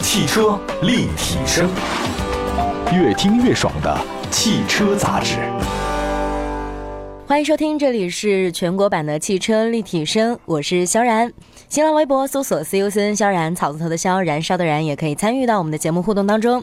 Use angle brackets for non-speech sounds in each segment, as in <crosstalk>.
汽车立体声，越听越爽的汽车杂志。欢迎收听，这里是全国版的汽车立体声，我是萧然。新浪微博搜索 “CUCN 萧然”，草字头的萧，燃烧的燃，也可以参与到我们的节目互动当中。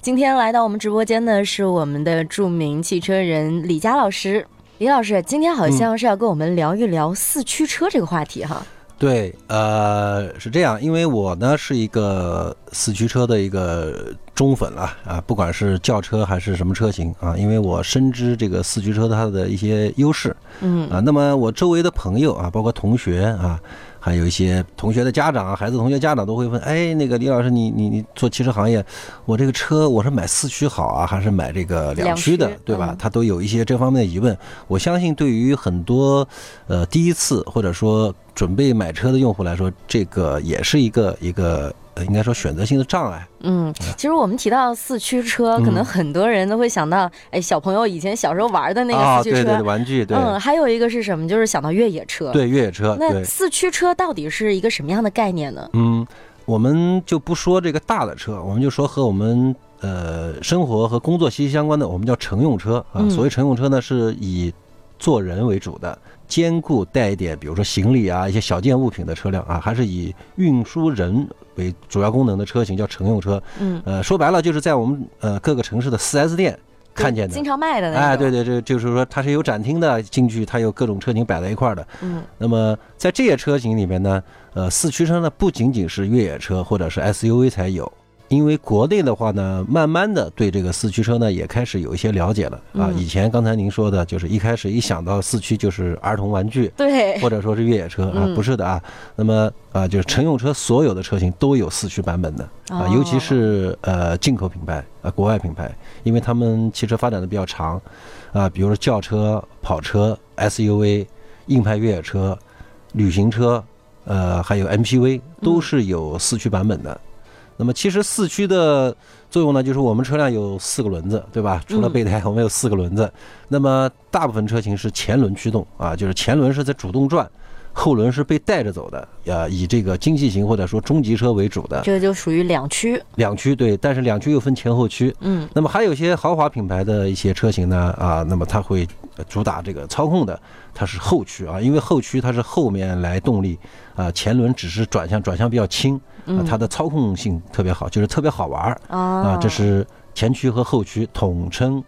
今天来到我们直播间的是我们的著名汽车人李佳老师。李老师，今天好像是要跟我们聊一聊四驱车这个话题哈。对，呃，是这样，因为我呢是一个四驱车的一个忠粉了啊，不管是轿车还是什么车型啊，因为我深知这个四驱车它的一些优势，嗯啊，那么我周围的朋友啊，包括同学啊，还有一些同学的家长、啊孩子同学家长都会问，哎，那个李老师，你你你做汽车行业，我这个车我是买四驱好啊，还是买这个两驱的两驱，对吧嗯？他都有一些这方面的疑问。我相信对于很多呃第一次或者说准备买车的用户来说，这个也是一个一个呃应该说选择性的障碍。嗯，其实我们提到四驱车，可能嗯很多人都会想到，哎，小朋友以前小时候玩的那啊，个四驱对车。对，玩具对嗯，还有一个是什么？就是想到越野车。对越野车那啊对。四驱车到底是一个什么样的概念呢？嗯，我们就不说这个大的车，我们就说和我们呃生活和工作息息相关的，我们叫乘用车啊。嗯所谓乘用车呢，是以坐人为主的，兼顾带一点，比如说行李啊、一些小件物品的车辆啊，还是以运输人为主要功能的车型，叫乘用车。嗯，呃，说白了就是在我们呃各个城市的 4S 店看见就的经。常卖的那种。哎，对，对，这就是说它是有展厅的，进去它有各种车型摆在一块儿的。嗯那么在这些车型里面呢，呃，四驱车呢不仅仅是越野车或者是 SUV 才有，因为国内的话呢，慢慢的对这个四驱车呢也开始有一些了解了啊。嗯以前刚才您说的就是一开始一想到四驱就是儿童玩具。对，或者说是越野车啊哎嗯，不是的啊。那么啊，就是乘用车所有的车型都有四驱版本的啊哦，尤其是呃进口品牌啊，国外品牌，因为他们汽车发展的比较长啊，比如说轿车、跑车、SUV、硬派越野车、旅行车，呃，还有 MPV 嗯都是有四驱版本的。那么其实四驱的作用呢，就是我们车辆有四个轮子，对吧？除了嗯备胎，我们有四个轮子。那么大部分车型是前轮驱动啊，就是前轮是在主动转，后轮是被带着走的。呃，以这个经济型或者说中级车为主的这个就属于两驱。两驱，对，但是两驱又分前后驱。嗯那么还有一些豪华品牌的一些车型呢，啊，那么它会主打这个操控的，它是后驱啊，因为后驱它是后面来动力，啊，前轮只是转向，转向比较轻，啊嗯，它的操控性特别好，就是特别好玩儿啊啊，这是前驱和后驱统称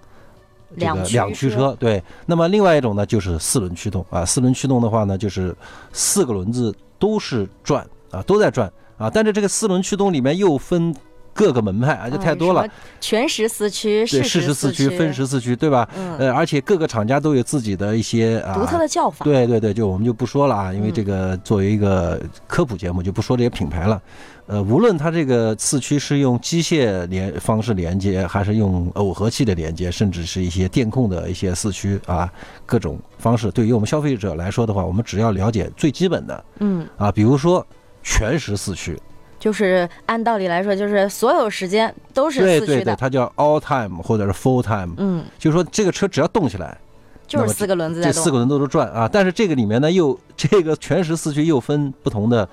这两个两驱车。车。对，那么另外一种呢，就是四轮驱动啊。四轮驱动的话呢，就是四个轮子都是转啊，都在转啊。但是这个四轮驱动里面又分各个门派啊，就啊太多了。，什么全时四驱、对，适时时四驱、驱、分时，四驱，对吧？嗯，呃，而且各个厂家都有自己的一些啊独特的叫法。对对对，就我们就不说了啊，因为嗯这个作为一个科普节目，就不说这些品牌了。呃，无论它这个四驱是用机械连方式连接，还是用呃耦合器的连接，甚至是一些电控的一些四驱啊，各种方式，对于我们消费者来说的话，我们只要了解最基本的嗯，啊，比如说全时四驱，就是按道理来说，就是所有时间都是对四对驱对，的。它叫 all time 或者是 full time，嗯，就是说这个车只要动起来，就那是么四个轮子在这动。四个轮子都转啊，但是这个里面呢，又这个全时四驱又分不同的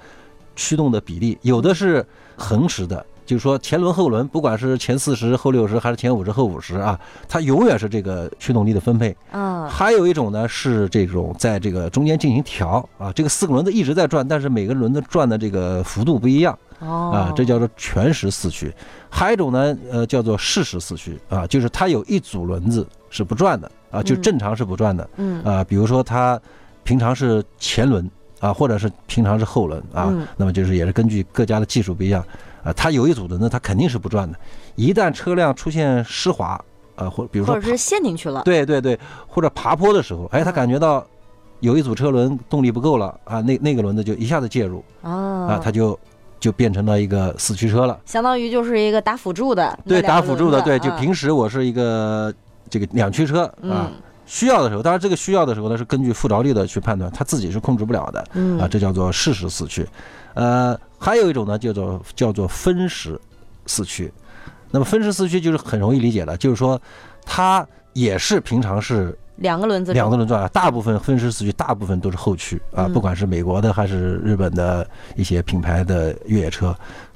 驱动的比例，有的是横时的，就是说前轮后轮，不管是前四十后六十还是前五十后五十啊，它永远是这个驱动力的分配。嗯，还有一种呢是这种在这个中间进行调啊，这个四个轮子一直在转，但是每个轮子转的这个幅度不一样。哦，啊，这叫做全时四驱。还有一种呢，呃，叫做适时四驱啊，就是它有一组轮子是不转的啊，就嗯正常是不转的嗯啊。比如说它平常是前轮啊，或者是平常是后轮啊嗯，那么就是也是根据各家的技术不一样啊，它有一组轮子它肯定是不转的。一旦车辆出现湿滑啊，或比如或说者是陷进去了。对对对，或者爬坡的时候，哎，嗯他感觉到有一组车轮动力不够了啊，那那个轮子就一下子介入啊啊，它就就变成了一个四驱车了。相当于就是一个打辅助的，那对，两打个辅轮助的，子对，就嗯平时我是一个这个两驱车啊，嗯需要的时候，当然这个需要的时候呢是根据复着力的去判断，它自己是控制不了的嗯啊，这叫做适时四驱。呃，还有一种呢叫做叫做分时四驱，那么分时四驱就是很容易理解的，就是说它也是平常是两个轮子两个个轮转啊，大部分分时四驱大部分都是后驱啊，嗯不管是美国的还是日本的一些品牌的越野车，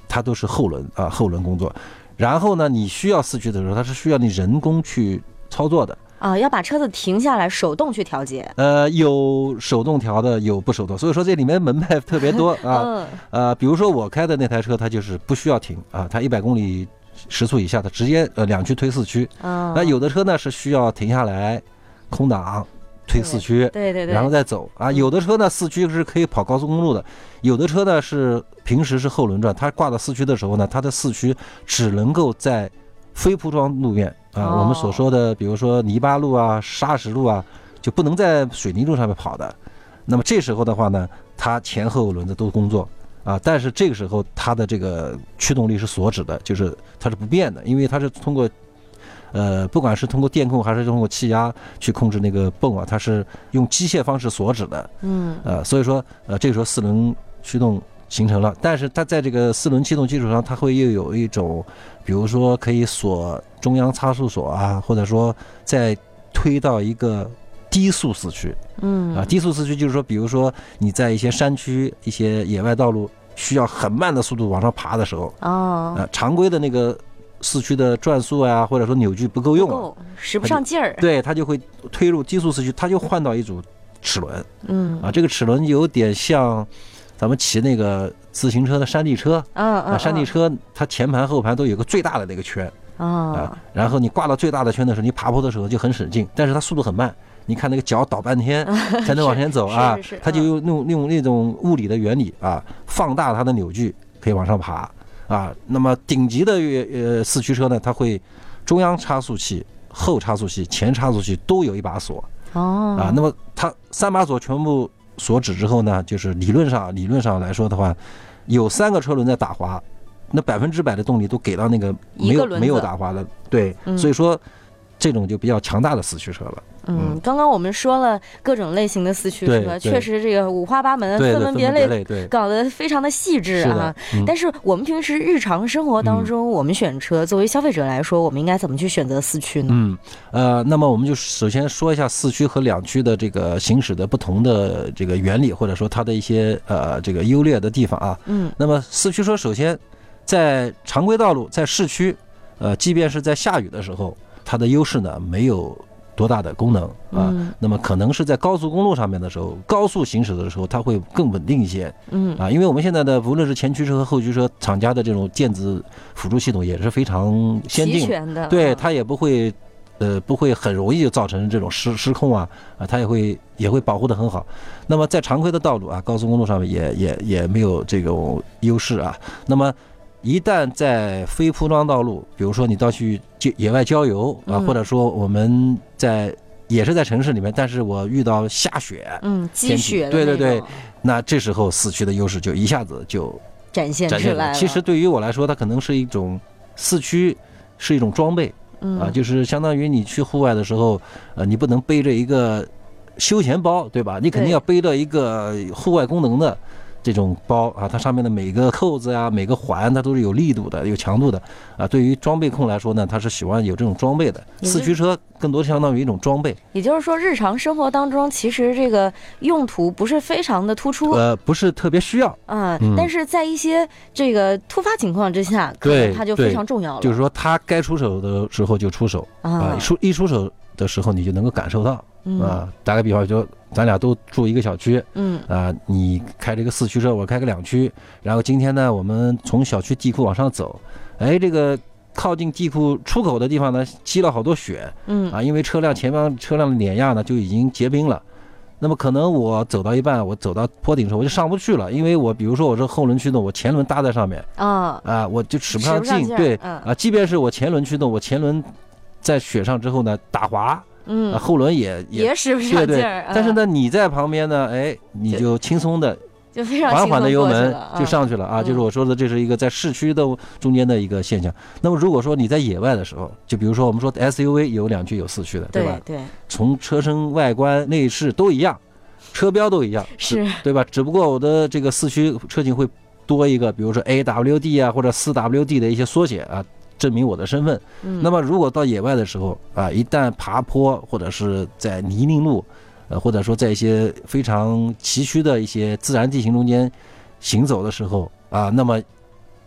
它它都是后轮啊后轮工作。然后呢，你需要四驱的时候，它是需要你人工去操作的。啊，要把车子停下来，手动去调节。呃，有手动调的，有不手动，所以说这里面门派特别 <laughs> 多啊。嗯，呃，比如说我开的那台车，它就是不需要停啊，它一百公里时速以下，它直接呃两驱推四驱。嗯那有的车呢是需要停下来，空档推四驱，对对对，嗯然后再走啊。有的车呢四驱是可以跑高速公路的，有的车呢是平时是后轮转，它挂到四驱的时候呢，它的四驱只能够在非铺装路面啊，哦我们所说的比如说泥巴路啊、砂石路啊，就不能在水泥路上面跑的。那么这时候的话呢，它前后轮子都工作。啊，但是这个时候它的这个驱动力是锁止的，就是它是不变的，因为它是通过，呃，不管是通过电控还是通过气压去控制那个泵啊，它是用机械方式锁止的，嗯呃，所以说呃，这个时候四轮驱动形成了，但是它在这个四轮驱动基础上，它会又有一种，比如说可以锁中央差速锁啊，或者说再推到一个低速四驱，嗯啊，低速四驱就是说，比如说你在一些山区、一些野外道路需要很慢的速度往上爬的时候，哦，呃，常规的那个四驱的转速啊，或者说扭矩不够用了，够使不上劲儿。对，它就会推入低速四驱，它就换到一组齿轮嗯啊，这个齿轮有点像咱们骑那个自行车的山地车嗯啊，嗯，山地车它前盘后盘都有个最大的那个圈，啊啊，，然后你挂到最大的圈的时候，你爬坡的时候就很使劲，但是它速度很慢。你看那个脚倒 <laughs> 半天才能往前走啊是是是，嗯它就用用用那种物理的原理啊，放大它的扭矩，可以往上爬啊。那么顶级的越呃四驱车呢，它会中央差速器、后差速器、前差速器都有一把锁哦啊。那么它三把锁全部锁止之后呢，就是理论上理论上来说的话，有三个车轮在打滑，那百分之百的动力都给到那个没一个有轮子没有打滑的，对，嗯所以说这种就比较强大的四驱车了，嗯，刚刚我们说了各种类型的四驱对车，对确实这个五花八门，对，分对门分别门类别，类，对，搞得非常的细致是啊的。，嗯但是我们平时日常生活当中，我们选车，作为消费者来说，我们应该怎么去选择四驱呢？嗯，呃，那么我们就首先说一下四驱和两驱的这个行驶的不同的这个原理，或者说它的一些呃这个优劣的地方啊。嗯那么四驱车首先在常规道路，在市区，呃，即便是在下雨的时候，它的优势呢没有多大的功能啊。嗯那么可能是在高速公路上面的时候，高速行驶的时候，它会更稳定一些嗯啊。因为我们现在的无论是前驱车和后驱车，厂家的这种电子辅助系统也是非常先齐进的，全的，对啊它也不会，呃，不会很容易就造成这种失失控啊啊，它也会也会保护的很好。那么在常规的道路啊，高速公路上面也也也没有这种优势啊。那么一旦在非铺装道路，比如说你到去野野外郊游啊，嗯或者说我们在也是在城市里面，但是我遇到下雪，嗯积天气雪的对对那对种那这时候四驱的优势就一下子就展现展出现来了。了。其实对于我来说，它可能是一种四驱是一种装备。嗯啊，就是相当于你去户外的时候，呃，你不能背着一个休闲包，对吧？你肯定对要背着一个户外功能的这种包啊，它上面的每个扣子呀、每个环，它都是有力度的、有强度的啊。对于装备控来说呢，它是喜欢有这种装备的。也四就驱车更多相当于一种装备，也就是说，日常生活当中，其实这个用途不是非常的突出啊、呃，不是特别需要。嗯但是在一些这个突发情况之下，可对能它就非对常重要了。就是说，它该出手的时候就出手啊，啊一，出一出手的时候你就能够感受到嗯啊。打个比方说，咱俩都住一个小区，嗯啊，你开这个四驱车，我开个两驱，然后今天呢，我们从小区地库往上走，哎，这个靠近地库出口的地方呢，积了好多雪嗯啊，因为车辆前方车辆的碾压呢就已经结冰了。那么可能我走到一半，我走到坡顶的时候我就上不去了，因为我比如说我是后轮驱动，我前轮搭在上面啊，啊，我就使不使上不上劲。劲儿对嗯啊，即便是我前轮驱动，我前轮在雪上之后呢打滑，嗯啊，后轮也也也使不上对对劲儿。啊。但是呢，你在旁边呢，哎，你就轻松的就非常 <laughs> 缓轻缓的松油过去门了啊就上去了啊，嗯就是我说的，这是一个在市区的中间的一个现象。那么如果说你在野外的时候，就比如说我们说 SUV 有两驱有四驱的，对吧对？对从车身外观、内饰都一样，车标都一样，是只对吧？只不过我的这个四驱车型会多一个，比如说 AWD 啊或者 4WD 的一些缩写啊。证明我的身份。嗯那么，如果到野外的时候啊，一旦爬坡或者是在泥泞路，呃，或者说在一些非常崎岖的一些自然地形中间行走的时候啊，那么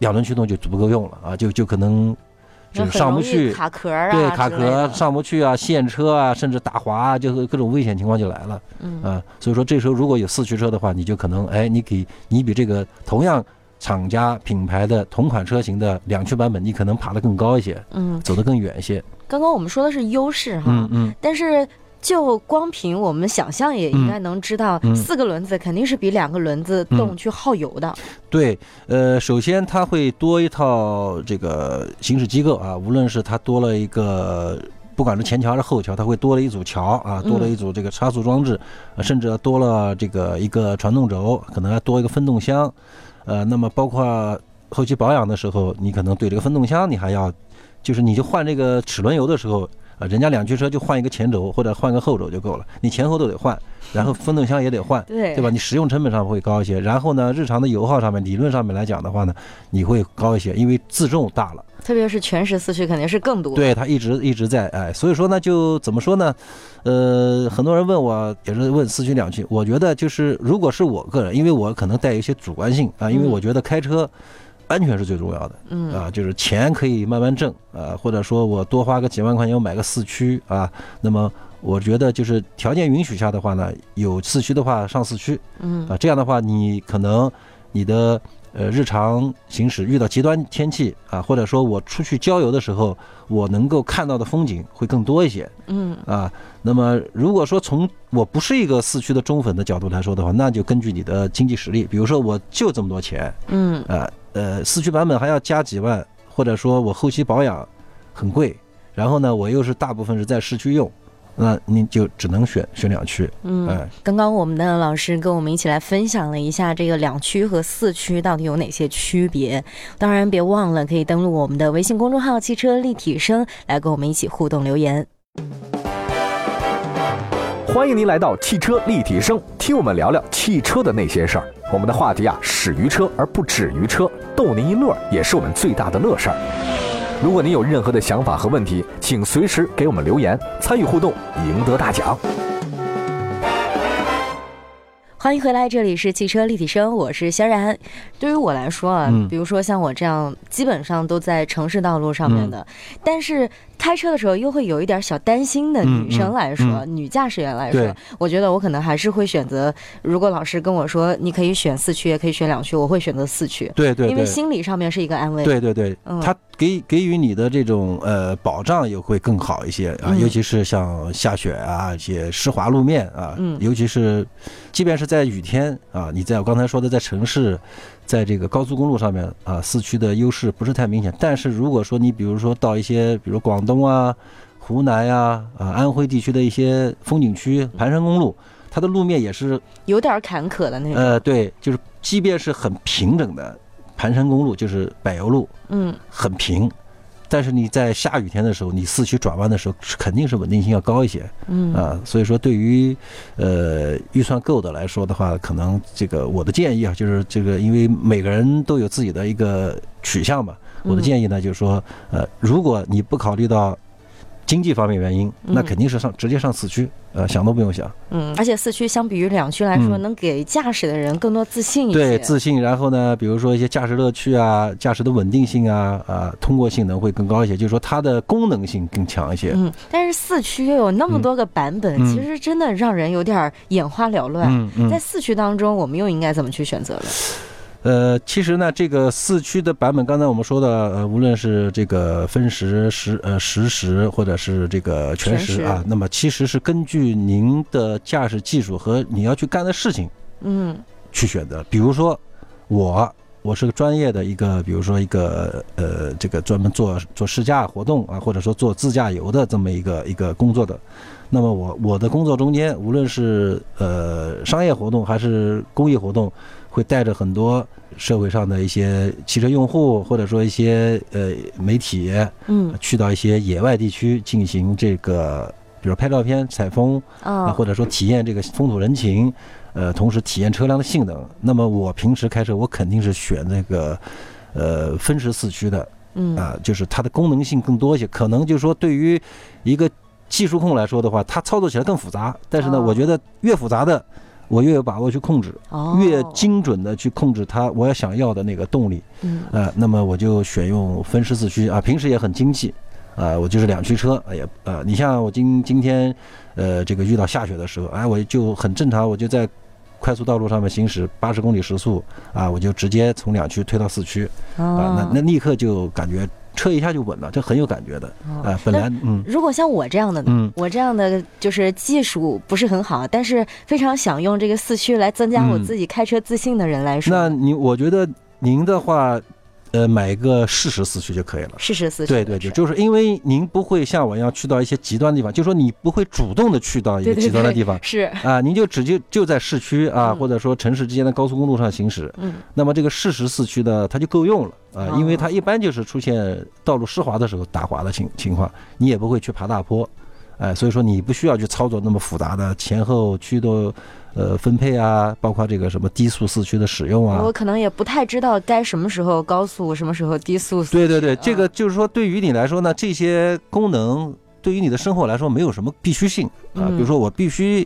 两轮驱动就足不够用了啊，就就可能就是上不去，卡壳啊，对，卡壳，上不去啊，陷车啊，甚至打滑啊，就是各种危险情况就来了嗯，啊。所以说，这时候如果有四驱车的话，你就可能哎，你给你比这个同样厂家品牌的同款车型的两驱版本，你可能爬得更高一些，嗯，走得更远一些。刚刚我们说的是优势哈，嗯嗯，但是就光凭我们想象也应该能知道，嗯嗯嗯四个轮子肯定是比两个轮子动去耗油的。对，呃，首先它会多一套这个行驶机构啊，无论是它多了一个，不管是前桥还是后桥，它会多了一组桥啊，多了一组这个差速装置，呃甚呃至多了这个一个传动轴，可能还多一个分动箱，呃，那么包括后期保养的时候，你可能对这个分动箱你还要，就是你就换这个齿轮油的时候。啊，人家两驱车就换一个前轴或者换个后轴就够了，你前后都得换，然后分动箱也得换，对对吧？？你使用成本上会高一些，然后呢，日常的油耗上面，理论上面来讲的话呢，你会高一些，因为自重大了，特别是全时四驱肯定是更多。，对它一直一直在哎，所以说呢，就怎么说呢？呃，很多人问我也是问四驱两驱，我觉得就是如果是我个人，因为我可能带有一些主观性啊，因为嗯我觉得开车安全是最重要的。嗯，啊，就是钱可以慢慢挣啊，或者说我多花个几万块钱，我买个四驱啊，那么我觉得就是条件允许下的话呢，有四驱的话上四驱，嗯啊，这样的话你可能你的呃日常行驶遇到极端天气啊，或者说我出去郊游的时候，我能够看到的风景会更多一些嗯，啊。那么如果说从我不是一个四驱的忠粉的角度来说的话，那就根据你的经济实力，比如说我就这么多钱，嗯，啊，呃，四驱版本还要加几万，或者说我后期保养很贵，然后呢，我又是大部分是在市区用，那你就只能选选两驱，嗯，哎刚刚我们的老师跟我们一起来分享了一下这个两驱和四驱到底有哪些区别。当然，别忘了可以登录我们的微信公众号“汽车立体声”来跟我们一起互动留言。欢迎您来到汽车立体声，听我们聊聊汽车的那些事儿。我们的话题啊，始于车而不止于车，逗您一乐也是我们最大的乐事儿。如果您有任何的想法和问题，请随时给我们留言，参与互动，赢得大奖。欢迎回来，这里是汽车立体声，我是肖然。对于我来说啊，嗯比如说像我这样，基本上都在城市道路上嗯面的，但是开车的时候又会有一点小担心的嗯女生来说，嗯女驾驶员来说对，我觉得我可能还是会选择。如果老师跟我说你可以选四驱，也可以选两驱，我会选择四驱，对对因为心理上面是一个安慰。对对对嗯，它给给予你的这种呃保障也会更好一些啊，嗯尤其是像下雪啊，一些湿滑路面啊，嗯尤其是即便是在雨天啊，你在我刚才说的在城市，在这个高速公路上面啊，四驱的优势不是太明显，但是如果说你比如说到一些比如广东啊、湖南呀、啊、安徽地区的一些风景区、盘山公路，嗯它的路面也是有点坎坷的那种。呃对，就是即便是很平整的盘山公路，就是柏油路。嗯很平，但是你在下雨天的时候，你四驱转弯的时候，是肯定是稳定性要高一些嗯啊。所以说，对于呃预算够的来说的话，可能这个我的建议啊，就是这个，因为每个人都有自己的一个取向嘛。我的议建议呢，就是说，呃，如果你不考虑到经济方面原因，那嗯肯定是上直接上四驱，呃，想都不用想。嗯，而且四驱相比于两驱来说，嗯能给驾驶的人更多自信一些。对自信，然后呢，比如说一些驾驶乐趣啊、驾驶的稳定性啊、啊通过性能会更高一些，就是说它的功能性更强一些。嗯，但是四驱又有那么多个版本，嗯其实真的让人有点儿眼花缭乱。嗯嗯在四驱当中，我们又应该怎么去选择了？呃，其实呢，这个四驱的版本，刚才我们说的，呃，无论是这个分时、时呃实时，或者是这个全全时时啊，那么其实是根据您的驾驶技术和你要去干的事情嗯去选择。比如说我，我是个专业的一个，比如说一个呃，这个专门做做试驾活动啊，或者说做自驾游的这么一个一个工作的。那么我我的工作中间，无论是呃商业活动还是公益活动，会带着很多社会上的一些汽车用户，或者说一些呃媒体，嗯去到一些野外地区进行这个，比如拍照片、采风，啊，啊或者说体验这个风土人情，呃，同时体验车辆的性能。那么我平时开车，我肯定是选那个，呃，分时四驱的嗯啊，就是它的功能性更多一些。可能就是说，对于一个技术控来说的话，它操作起来更复杂。但是呢，哦我觉得越复杂的，我越有把握去控制，哦，越精准的去控制它我要想要的那个动力，嗯呃，那么我就选用分时四驱啊，平时也很经济。啊、我就是两驱车，哎呀，呃，你像我今今天，呃，这个遇到下雪的时候，哎，我就很正常，我就在快速道路上面行驶八十公里时速，啊，我就直接从两驱推到四驱，啊，哦那那立刻就感觉车一下就稳了，这很有感觉的，哦啊，本来嗯如果像我这样的呢？嗯，我这样的就是技术不是很好，但是非常想用这个四驱来增加我嗯自己开车自信的人来说，那你我觉得您的话，呃，买一个适时四驱就可以了。试试四驱对的车。对对，就是因为您不会像我一样去到一些极端的地方，就说你不会主动的去到一对个对极端的对地方是，啊，您就只就就在市区啊，嗯或者说城市之间的高速公路上行驶，嗯那么这个适时四驱呢，它就够用了啊哦，因为它一般就是出现道路湿滑的时候打滑的情情况，你也不会去爬大坡，哎，所以说你不需要去操作那么复杂的前后驱动，呃，分配啊，包括这个什么低速四驱的使用啊我。可能也不太知道该什么时候高速，什么时候低速。对对对，啊这个就是说对于你来说呢，这些功能对于你的生活来说没有什么必须性啊，嗯比如说我必须。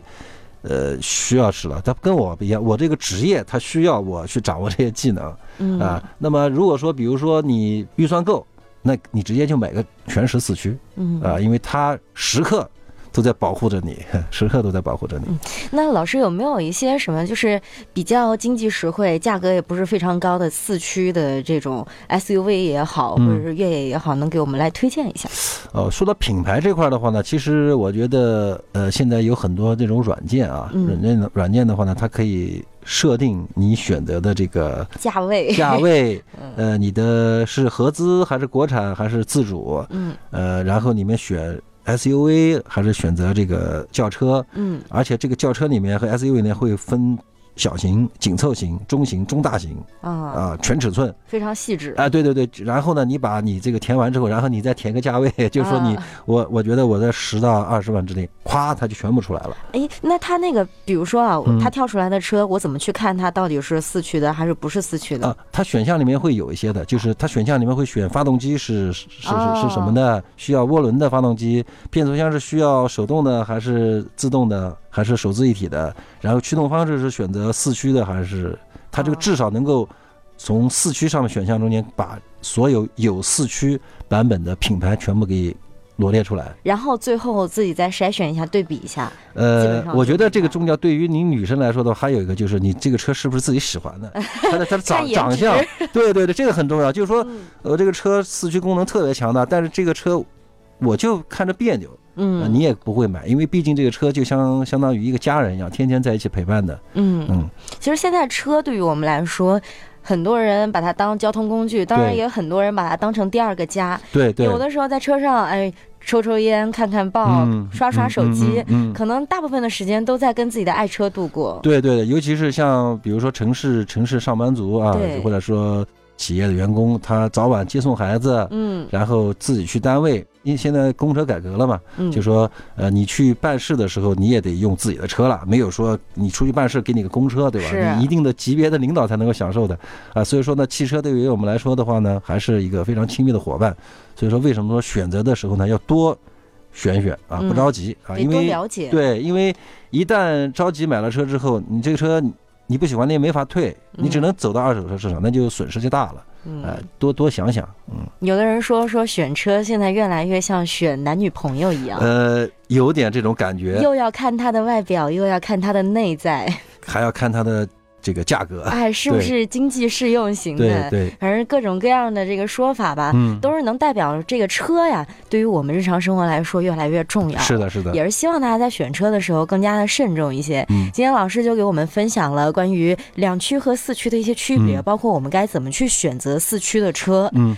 呃，需要是了，它跟我不一样，我这个职业它需要我去掌握这些技能，嗯啊。那么如果说，比如说你预算够，那你直接就买个全时四驱嗯啊，因为它时刻都在保护着你， <laughs> 时刻都在保护着你。那老师有没有一些什么就是比较经济实惠、价格也不是非常高的四驱的这种 SUV 也好，嗯或者是越野也好，能给我们来推荐一下？呃，说到品牌这块的话呢，其实我觉得，呃，现在有很多这种软件啊，嗯软件的软件的话呢，它可以设定你选择的这 <laughs> 个价位，价位嗯，呃，你的是合资还是国产还是自主，嗯呃，然后你们选 SUV 还是选择这个轿车，嗯而且这个轿车里面和 SUV 里面会分小型、紧凑型、中型、中大型啊，啊、全尺寸非常细致。啊、对对对。然后呢，你把你这个填完之后，然后你再填个价位， <laughs> 就是说你、啊我我觉得我在十到二十万之内，咵它就全部出来了。哎，那它那个，比如说啊，嗯它跳出来的车，我怎么去看它到底是四驱的还是不是四驱的？啊，它选项里面会有一些的，就是它选项里面会选发动机是是是是是什么哦的，需要涡轮的发动机，变速箱是需要手动的还是自动的，还是手自一体的，然后驱动方式是选择四驱的还是它这个哦至少能够从四驱上面选项中间把所有有四驱版本的品牌全部给罗列出来。然后最后自己再筛选一下，对比一下。基本呃上，我就觉明得这个白重要。对于您女生来说的话，还有一个就是你这个车是不是自己喜欢 <laughs> 的，它的它看的长颜长值相，对对对，这个很重要。就是说，嗯呃，这个车四驱功能特别强大，但是这个车我就看着别扭，呃嗯你也不会买，因为毕竟这个车就相相当于一个家人一样，天天在一起陪伴的。嗯，嗯，其实现在车对于我们来说。很多人把它当交通工具，当然对也有很多人把它当成第二个家。对对。有的时候在车上，哎，抽抽烟、看看报、嗯，刷刷嗯手机，嗯嗯嗯可能大部分的时间都在跟自己的爱车度过。对对对，尤其是像比如说城市城市上班族啊对，或者说企业的员工，他早晚接送孩子，嗯然后自己去单位，因为现在公车改革了嘛，嗯，就说呃，你去办事的时候你也得用自己的车了，没有说你出去办事给你个公车，对是吧？你一定的级别的领导才能够享受的啊。所以说呢，汽车对于我们来说的话呢，还是一个非常亲密的伙伴。所以说，为什么说选择的时候呢，要多选选啊，嗯不着急啊，得因多为了解。对，因为一旦着急买了车之后，你这个车你不喜欢，你也没法退，你嗯只能走到二手车市场，那就损失就大了。嗯哎，，多多想想，嗯。有的人说说选车现在越来越像选男女朋友一样，呃，有点这种感觉，又要看他的外表，又要看他的内在，还要看它的这个价格。哎，是不啊对是经济适用型对的？对，反正各种各样的这个说法吧，嗯，啊都是能代表这个车呀，对于我们日常生活来说越来越重要。是的，是的，啊也是希望大家在选车的时候更加的慎重一些。嗯今天老师就给我们分享了关于两驱和四驱的一些区别，嗯包括我们该怎么去选择四驱的车。嗯，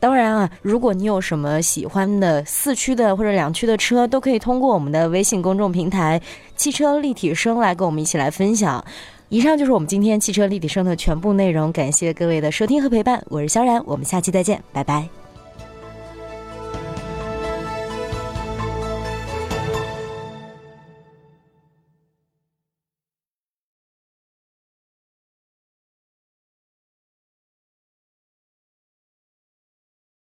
当然啊，如果你有什么喜欢的四驱的或者两驱的车，都可以通过我们的微信公众平台“汽车立体声”来跟我们一起来分享。以上就是我们今天汽车立体声的全部内容，感谢各位的收听和陪伴，我是萧然，我们下期再见，拜拜。